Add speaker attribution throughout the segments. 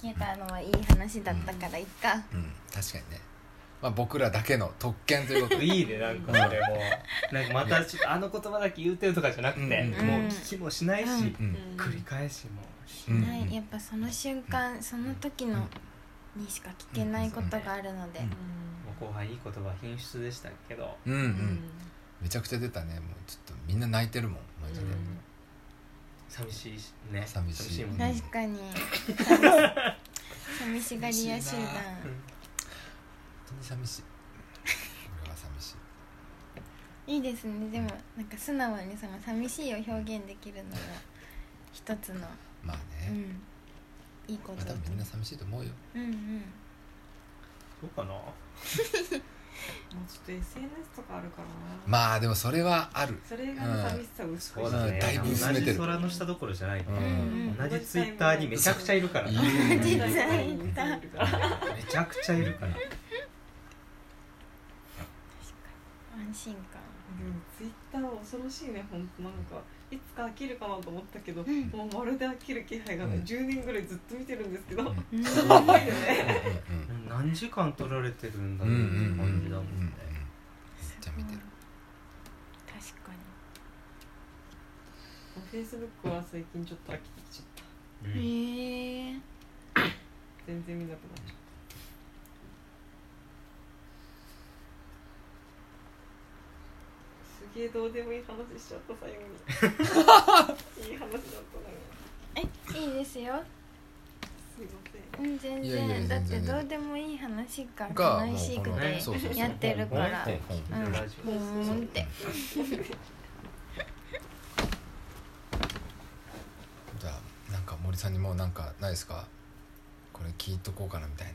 Speaker 1: 消えたのはいい話だったからいっか、
Speaker 2: うん確かにね、まあ、僕らだけの特権という ことで
Speaker 3: いいねなんかそれもなんかまたちょっとあの言葉だけ言うてるとかじゃなくて、
Speaker 2: うん
Speaker 3: もう聞きもしないし、
Speaker 1: うん
Speaker 2: うん
Speaker 3: 繰り返しもし
Speaker 2: うん
Speaker 1: ないやっぱその瞬間その時のにしか聞けないことがあるので、
Speaker 2: うん
Speaker 3: もう後輩いい言葉品質でしたけど
Speaker 2: うんう
Speaker 4: うん
Speaker 2: めちゃくちゃ出たねもうちょっとみんな泣いてるもんマジで、
Speaker 3: 寂しいしね
Speaker 2: 寂しい
Speaker 3: もんね
Speaker 1: 確かに寂しがり屋集団
Speaker 2: 本当に寂しい俺は寂しい
Speaker 1: いいですねでもなんか素直にその寂しいを表現できるのが一つの、
Speaker 2: まあ
Speaker 1: う
Speaker 2: ね、
Speaker 1: ん、いいこと
Speaker 2: ま
Speaker 1: だ
Speaker 2: あ、多
Speaker 1: と
Speaker 2: 分みんな寂しいと思うよ
Speaker 1: うんうん
Speaker 3: そうかな
Speaker 4: もうちょっと SNS とかあるからな、
Speaker 2: まあでもそれはある
Speaker 4: それが寂しさを薄く
Speaker 3: そう
Speaker 4: して
Speaker 3: だ
Speaker 4: る
Speaker 3: ね
Speaker 2: だいぶ薄めてる
Speaker 3: 同じ空の下どころじゃないね、
Speaker 2: うん
Speaker 1: うん
Speaker 3: 同じツイッターにめちゃくちゃいるから
Speaker 2: い
Speaker 3: な
Speaker 2: る
Speaker 3: め
Speaker 1: 実
Speaker 4: 同じ
Speaker 1: 際い
Speaker 4: 空
Speaker 1: た
Speaker 4: の下にいるから
Speaker 3: ちゃくちゃいるから
Speaker 1: 安心感
Speaker 4: うんツイッターは恐ろしいね本当なんかいつか飽きるかなと思ったけど、
Speaker 1: ん
Speaker 4: もうまるで飽きる気配がない、
Speaker 2: うん
Speaker 4: 10年ぐらいずっと見てるんですけど、
Speaker 2: うん
Speaker 1: うん
Speaker 4: やばいよね
Speaker 2: う
Speaker 3: 何時間取られてるんだ
Speaker 2: んうん
Speaker 3: ろ
Speaker 2: う
Speaker 3: うんっ
Speaker 2: うん
Speaker 3: て
Speaker 2: うんうんうん
Speaker 3: 感じだもん
Speaker 2: めっ
Speaker 3: ね
Speaker 2: ちゃ見てる
Speaker 1: すごい確か
Speaker 4: フェイスブックは最近ちょっと飽きてきちゃった
Speaker 3: うん
Speaker 1: にへえ
Speaker 4: 全然見なくなっちゃったすげえどうでもいい話しちゃった最後にいい話だったな
Speaker 1: えいいですよ
Speaker 4: すいません
Speaker 1: うん全然
Speaker 2: いやいや全然
Speaker 1: だって
Speaker 2: 全然
Speaker 1: どうでもいい話が
Speaker 2: が
Speaker 1: 悲しく
Speaker 2: もうこ
Speaker 1: て
Speaker 2: の
Speaker 3: ね
Speaker 2: そうそうそう
Speaker 1: やってるから
Speaker 2: ポンポンポン
Speaker 1: うん
Speaker 3: ラジ
Speaker 1: ボーンって
Speaker 2: じゃあなんか森さんにもなんかないですかこれ聞いとこうかなみたいな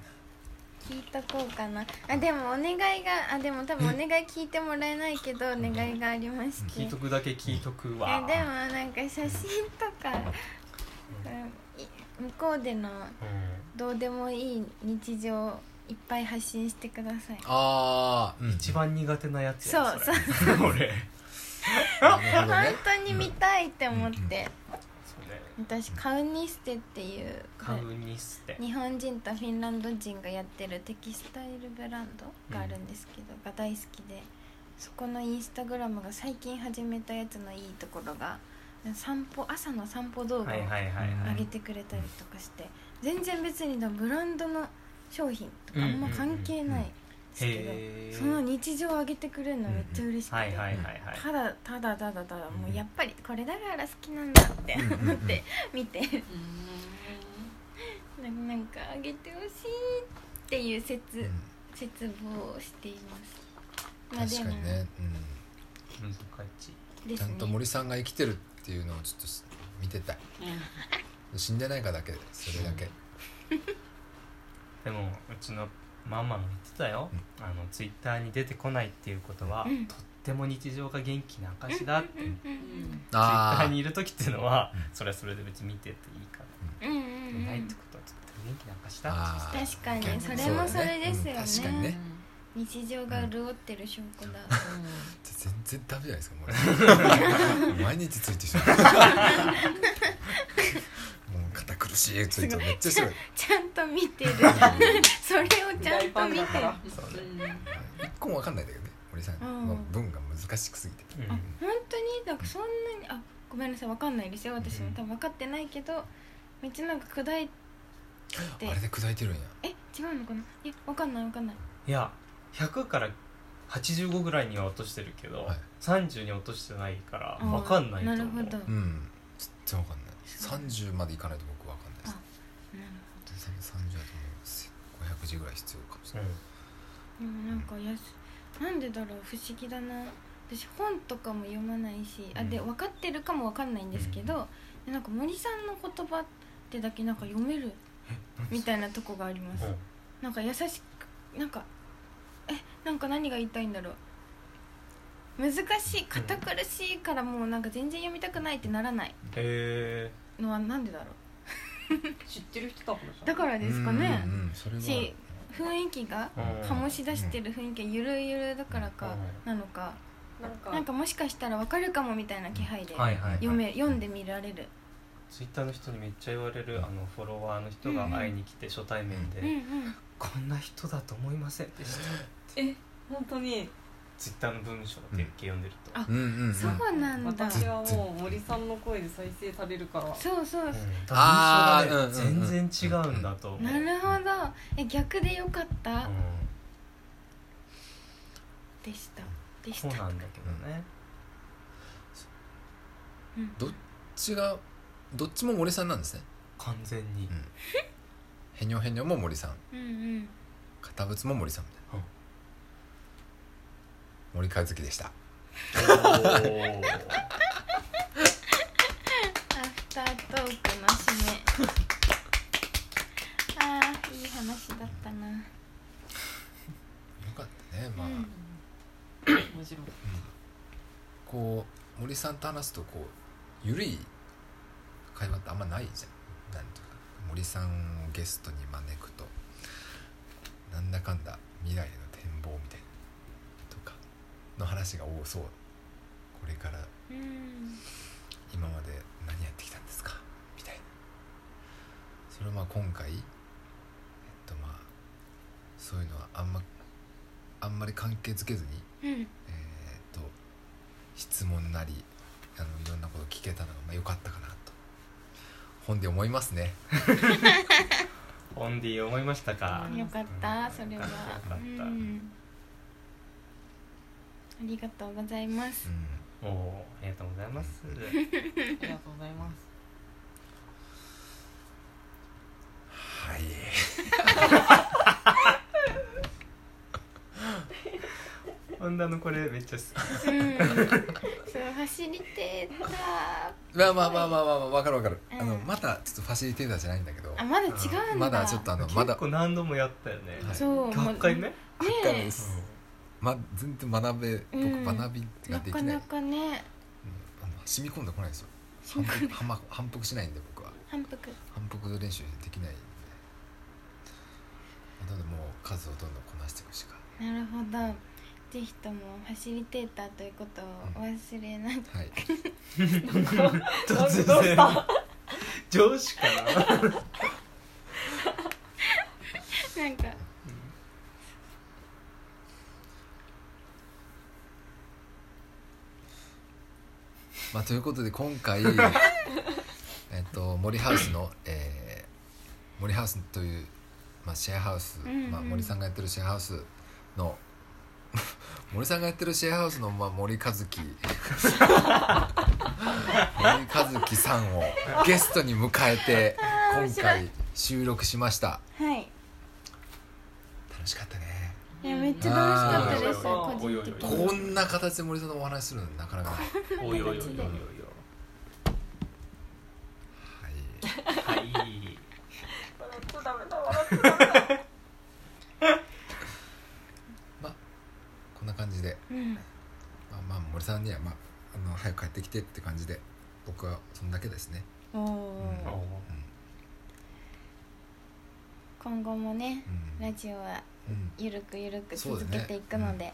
Speaker 1: 聞いとこうかなあでもお願いがあでも多分お願い聞いてもらえないけどお願いがありまし
Speaker 3: オ
Speaker 1: て
Speaker 3: 聞いとくだけ聞いとく
Speaker 1: いや
Speaker 3: わ
Speaker 1: でもなんか写真とかうんい向こうでの
Speaker 3: うん
Speaker 1: どうでもいい日常をいっぱい発信してください
Speaker 2: ああ、うん、
Speaker 3: 一番苦手なやつ
Speaker 1: そう
Speaker 3: や
Speaker 1: そう
Speaker 3: う俺
Speaker 2: なるほど
Speaker 1: 本
Speaker 2: ね
Speaker 1: 当に見たいって思って
Speaker 3: そうね
Speaker 1: 私カウニステっていう
Speaker 3: カウニステ
Speaker 1: 日本人とフィンランド人がやってるテキスタイルブランドがあるんですけど、が大好きでそこのインスタグラムが最近始めたやつのいいところが散歩朝の散歩動画を
Speaker 3: はいはい
Speaker 1: 上
Speaker 3: はいはい
Speaker 1: げてくれたりとかして、全然別にブランドの商品とかあんま関係ないですけど、
Speaker 3: へー
Speaker 1: その日常を上げてくれるのめっちゃ嬉しくて、
Speaker 3: はいはいはいはい
Speaker 1: ただただただただも
Speaker 2: うん
Speaker 1: うやっぱりこれだから好きなんだって
Speaker 2: うんうんうん
Speaker 1: 思って見てなんなんかあげてほしいって いう説、
Speaker 2: うん
Speaker 1: 絶望しています。
Speaker 2: 確かにね、
Speaker 3: 難し
Speaker 1: で
Speaker 2: う
Speaker 1: も
Speaker 2: ん、ちゃんと森さんが生きてるっていうのをちょっとし見てたい死んでないかだけそれだけ
Speaker 3: いでもうちのママも言ってたよあのツイッターに出てこないっていうことは
Speaker 1: うん
Speaker 3: とっても日常が元気な証だってツイッ
Speaker 1: うん
Speaker 3: タ
Speaker 2: あ
Speaker 3: ーに
Speaker 2: ー
Speaker 3: いる時っていうのはそれはそれで別に見てていいから
Speaker 1: うんうんうん
Speaker 3: な
Speaker 1: う
Speaker 3: いっ
Speaker 1: ん
Speaker 3: てことはとっても元気な証だって
Speaker 2: あー
Speaker 1: 確かに
Speaker 2: 逆
Speaker 1: それもそれですよね
Speaker 2: そうだうん確かにね
Speaker 1: 日常が潤ってる証拠だ。
Speaker 2: 全然ダメじゃないですか もう毎日ついてしまうもう堅苦しいついてめっちゃしてる
Speaker 1: ちゃんと見 てる。それをちゃんと見てる。
Speaker 3: そうね
Speaker 2: 一個もわかんないんだけどね森さん
Speaker 1: うん
Speaker 2: の文が難しくすぎて
Speaker 3: うん
Speaker 1: あ本当になんかそんなにあごめんなさいわかんないですよ私も多分分かってないけどめっちゃなんか砕いて
Speaker 2: あれで砕いてるんや
Speaker 1: え違うのかなえわかんないわかんない。
Speaker 3: いや100から85ぐらいには落としてるけど、
Speaker 2: はい
Speaker 3: 30に落としてないから
Speaker 1: あー
Speaker 3: 分かんないと
Speaker 1: な
Speaker 3: 思
Speaker 1: る
Speaker 3: う
Speaker 1: ほど。なる
Speaker 2: うん全然わかんない30までいかないと僕わかんないです
Speaker 1: あ
Speaker 2: 30だと思うんですよ500字ぐらい必要かもしれない
Speaker 1: でもなんかやすなんでだろう不思議だな私本とかも読まないしあで
Speaker 3: うん
Speaker 1: 分かってるかも分かんないんですけど、でなんか森さんの言葉ってだけなんか読めるみたいなとこがあります、
Speaker 3: うん
Speaker 1: なんか優しくなんかえなんか何が言いたいんだろう難しい堅苦しいからもうなんか全然読みたくないってならない
Speaker 3: え
Speaker 1: のはなんでだろ
Speaker 4: 知ってる人だから
Speaker 1: うだからですかね
Speaker 2: うんうんうんそれは
Speaker 1: し雰囲気が
Speaker 3: うん
Speaker 1: 醸し出してる雰囲気がゆるゆるだからかなのか
Speaker 4: なんか
Speaker 1: なんかもしかしたらわかるかもみたいな気配で
Speaker 3: はいはいはい
Speaker 1: 読め読んでみられる
Speaker 3: ツイッターの人にめっちゃ言われる、
Speaker 2: うん
Speaker 3: あのフォロワーの人が会いに来て初対面で、
Speaker 1: うんうん
Speaker 3: こんな人だと思いませんでした
Speaker 4: え本当に
Speaker 3: ツイッターの文章だけ読んでると、
Speaker 1: あ
Speaker 2: うんうんうん
Speaker 1: そうなんだ
Speaker 4: 私はもう森さんの声で再生されるから
Speaker 1: そうそう
Speaker 3: うんだ
Speaker 2: あ
Speaker 3: か
Speaker 2: ー
Speaker 3: ら印象
Speaker 2: うんう
Speaker 3: がね
Speaker 2: んうん
Speaker 3: 全然違うんだと思う、
Speaker 1: なるほどえ逆でよかった
Speaker 3: う
Speaker 1: でしたでし
Speaker 3: ん、そう
Speaker 1: た
Speaker 3: なんだけどね、
Speaker 1: うん
Speaker 2: どっちがどっちも森さんなんですね
Speaker 3: 完全に、
Speaker 2: うんへにょへにょも森さん
Speaker 1: うんうん
Speaker 2: 堅物も森さんみたいな、森和樹でした
Speaker 3: おー
Speaker 1: アフタートークの締め あーいい話だったな
Speaker 2: よかったねまあ、
Speaker 1: うん
Speaker 4: もちろん
Speaker 2: こう森さんと話すとこう緩い会話ってあんまないじゃんなんとか森さんをゲストに招くとなんだかんだ未来への展望みたいなとかの話が多そうこれから
Speaker 1: うん
Speaker 2: 今まで何やってきたんですかみたいなそれをまあ今回えっとまあそういうのはあんまあんまり関係づけずに
Speaker 1: うん
Speaker 2: えーっと質問なりあのいろんなこと聞けたのがまあ良かったかなと本で思いますね
Speaker 3: オンディ思いましたか
Speaker 1: よかったそれは
Speaker 3: た
Speaker 1: うんありがとうございます
Speaker 2: うん
Speaker 3: おーありがとうございます
Speaker 4: ありがとうございます
Speaker 2: はい
Speaker 3: 女のこれめっちゃ好
Speaker 1: うんそう走りてーだ
Speaker 2: まあまあまあまあまあまあわかるわかる、
Speaker 1: うん
Speaker 2: あのまだちょっとファシリテーターじゃないんだけど
Speaker 1: あまだ違うんだ
Speaker 2: まだちょっとあの
Speaker 3: き
Speaker 2: まだ
Speaker 3: 結構何度もやったよね
Speaker 2: はい
Speaker 1: そう
Speaker 3: 100回目、
Speaker 1: ね
Speaker 2: 発
Speaker 1: え
Speaker 2: 汗です、ま、全然学べ僕、
Speaker 1: うん
Speaker 2: 学びが
Speaker 1: な
Speaker 2: で
Speaker 1: か
Speaker 2: きない
Speaker 1: なかね
Speaker 2: うんあの染み込んでこないんですよ反復反復反復しないんで僕は
Speaker 1: 反復
Speaker 2: 反復練習できないんでなのでもう数をどんどんこなしていくしか
Speaker 1: なるほどぜひともファシリテーターということをお忘れなく
Speaker 2: はい
Speaker 3: 突
Speaker 4: どうし
Speaker 3: 然
Speaker 4: た
Speaker 3: 上司かな
Speaker 1: なんか
Speaker 2: まあ、ということで今 回えっと森ハウスの、えー、森ハウスという、まあ、シェアハウス、
Speaker 1: うんうん
Speaker 2: まあ、森さんがやってるシェアハウスの 森さんがやってるシェアハウスの、まあ、森和 樹森和樹さんをゲストに迎えて
Speaker 1: ー
Speaker 2: 今回収録しました
Speaker 1: はい
Speaker 2: 楽しかったね
Speaker 1: いやめっちゃ楽しかったです
Speaker 4: あー
Speaker 1: 個人的
Speaker 3: おいおいお
Speaker 1: に
Speaker 3: い
Speaker 2: こんな形で森さんのお話するのなかなかない、は
Speaker 3: おいおいおいおいおいおい
Speaker 2: い、
Speaker 3: はい
Speaker 4: 笑っちゃダメだ笑っちゃ
Speaker 2: こんな感じで
Speaker 1: うん
Speaker 2: まあ、まあ森さんには、まあ、あの早く帰ってきてって感じで僕はそんだけですね、
Speaker 1: お
Speaker 2: うん
Speaker 1: ー今後もね
Speaker 2: うん
Speaker 1: ラジオは
Speaker 2: うん
Speaker 1: ゆるくゆるく
Speaker 2: そうだ
Speaker 1: 続
Speaker 2: ね
Speaker 1: けていくので、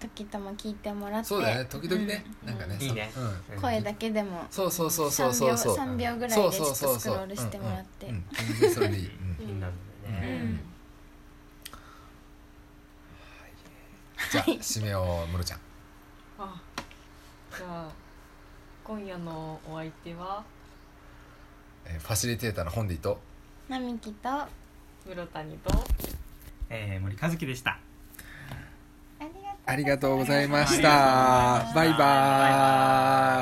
Speaker 1: 時とも聞いてもらって
Speaker 2: そうだね時々ね、なんかね
Speaker 3: いいね
Speaker 2: そうん
Speaker 3: うん
Speaker 1: 声だけでも
Speaker 2: そうそうそうそうそうそう
Speaker 1: 3秒3秒ぐらいで
Speaker 2: そうそう
Speaker 1: ちょっと
Speaker 2: そう
Speaker 1: スク
Speaker 2: そう
Speaker 1: ロールしてもらって
Speaker 2: うんうんうん全然それでいい、うん
Speaker 3: みんなので
Speaker 1: う
Speaker 3: ね、
Speaker 1: ん
Speaker 2: じゃあ締めようムロちゃん
Speaker 4: あじゃあ今夜のお相手は
Speaker 2: えーファシリテーターのホンディと
Speaker 1: 並木とあ
Speaker 4: 室谷と
Speaker 3: えー森和樹でした
Speaker 1: りがとう
Speaker 2: ありがとうございま
Speaker 3: した
Speaker 1: バイ
Speaker 3: バイ
Speaker 2: バーイ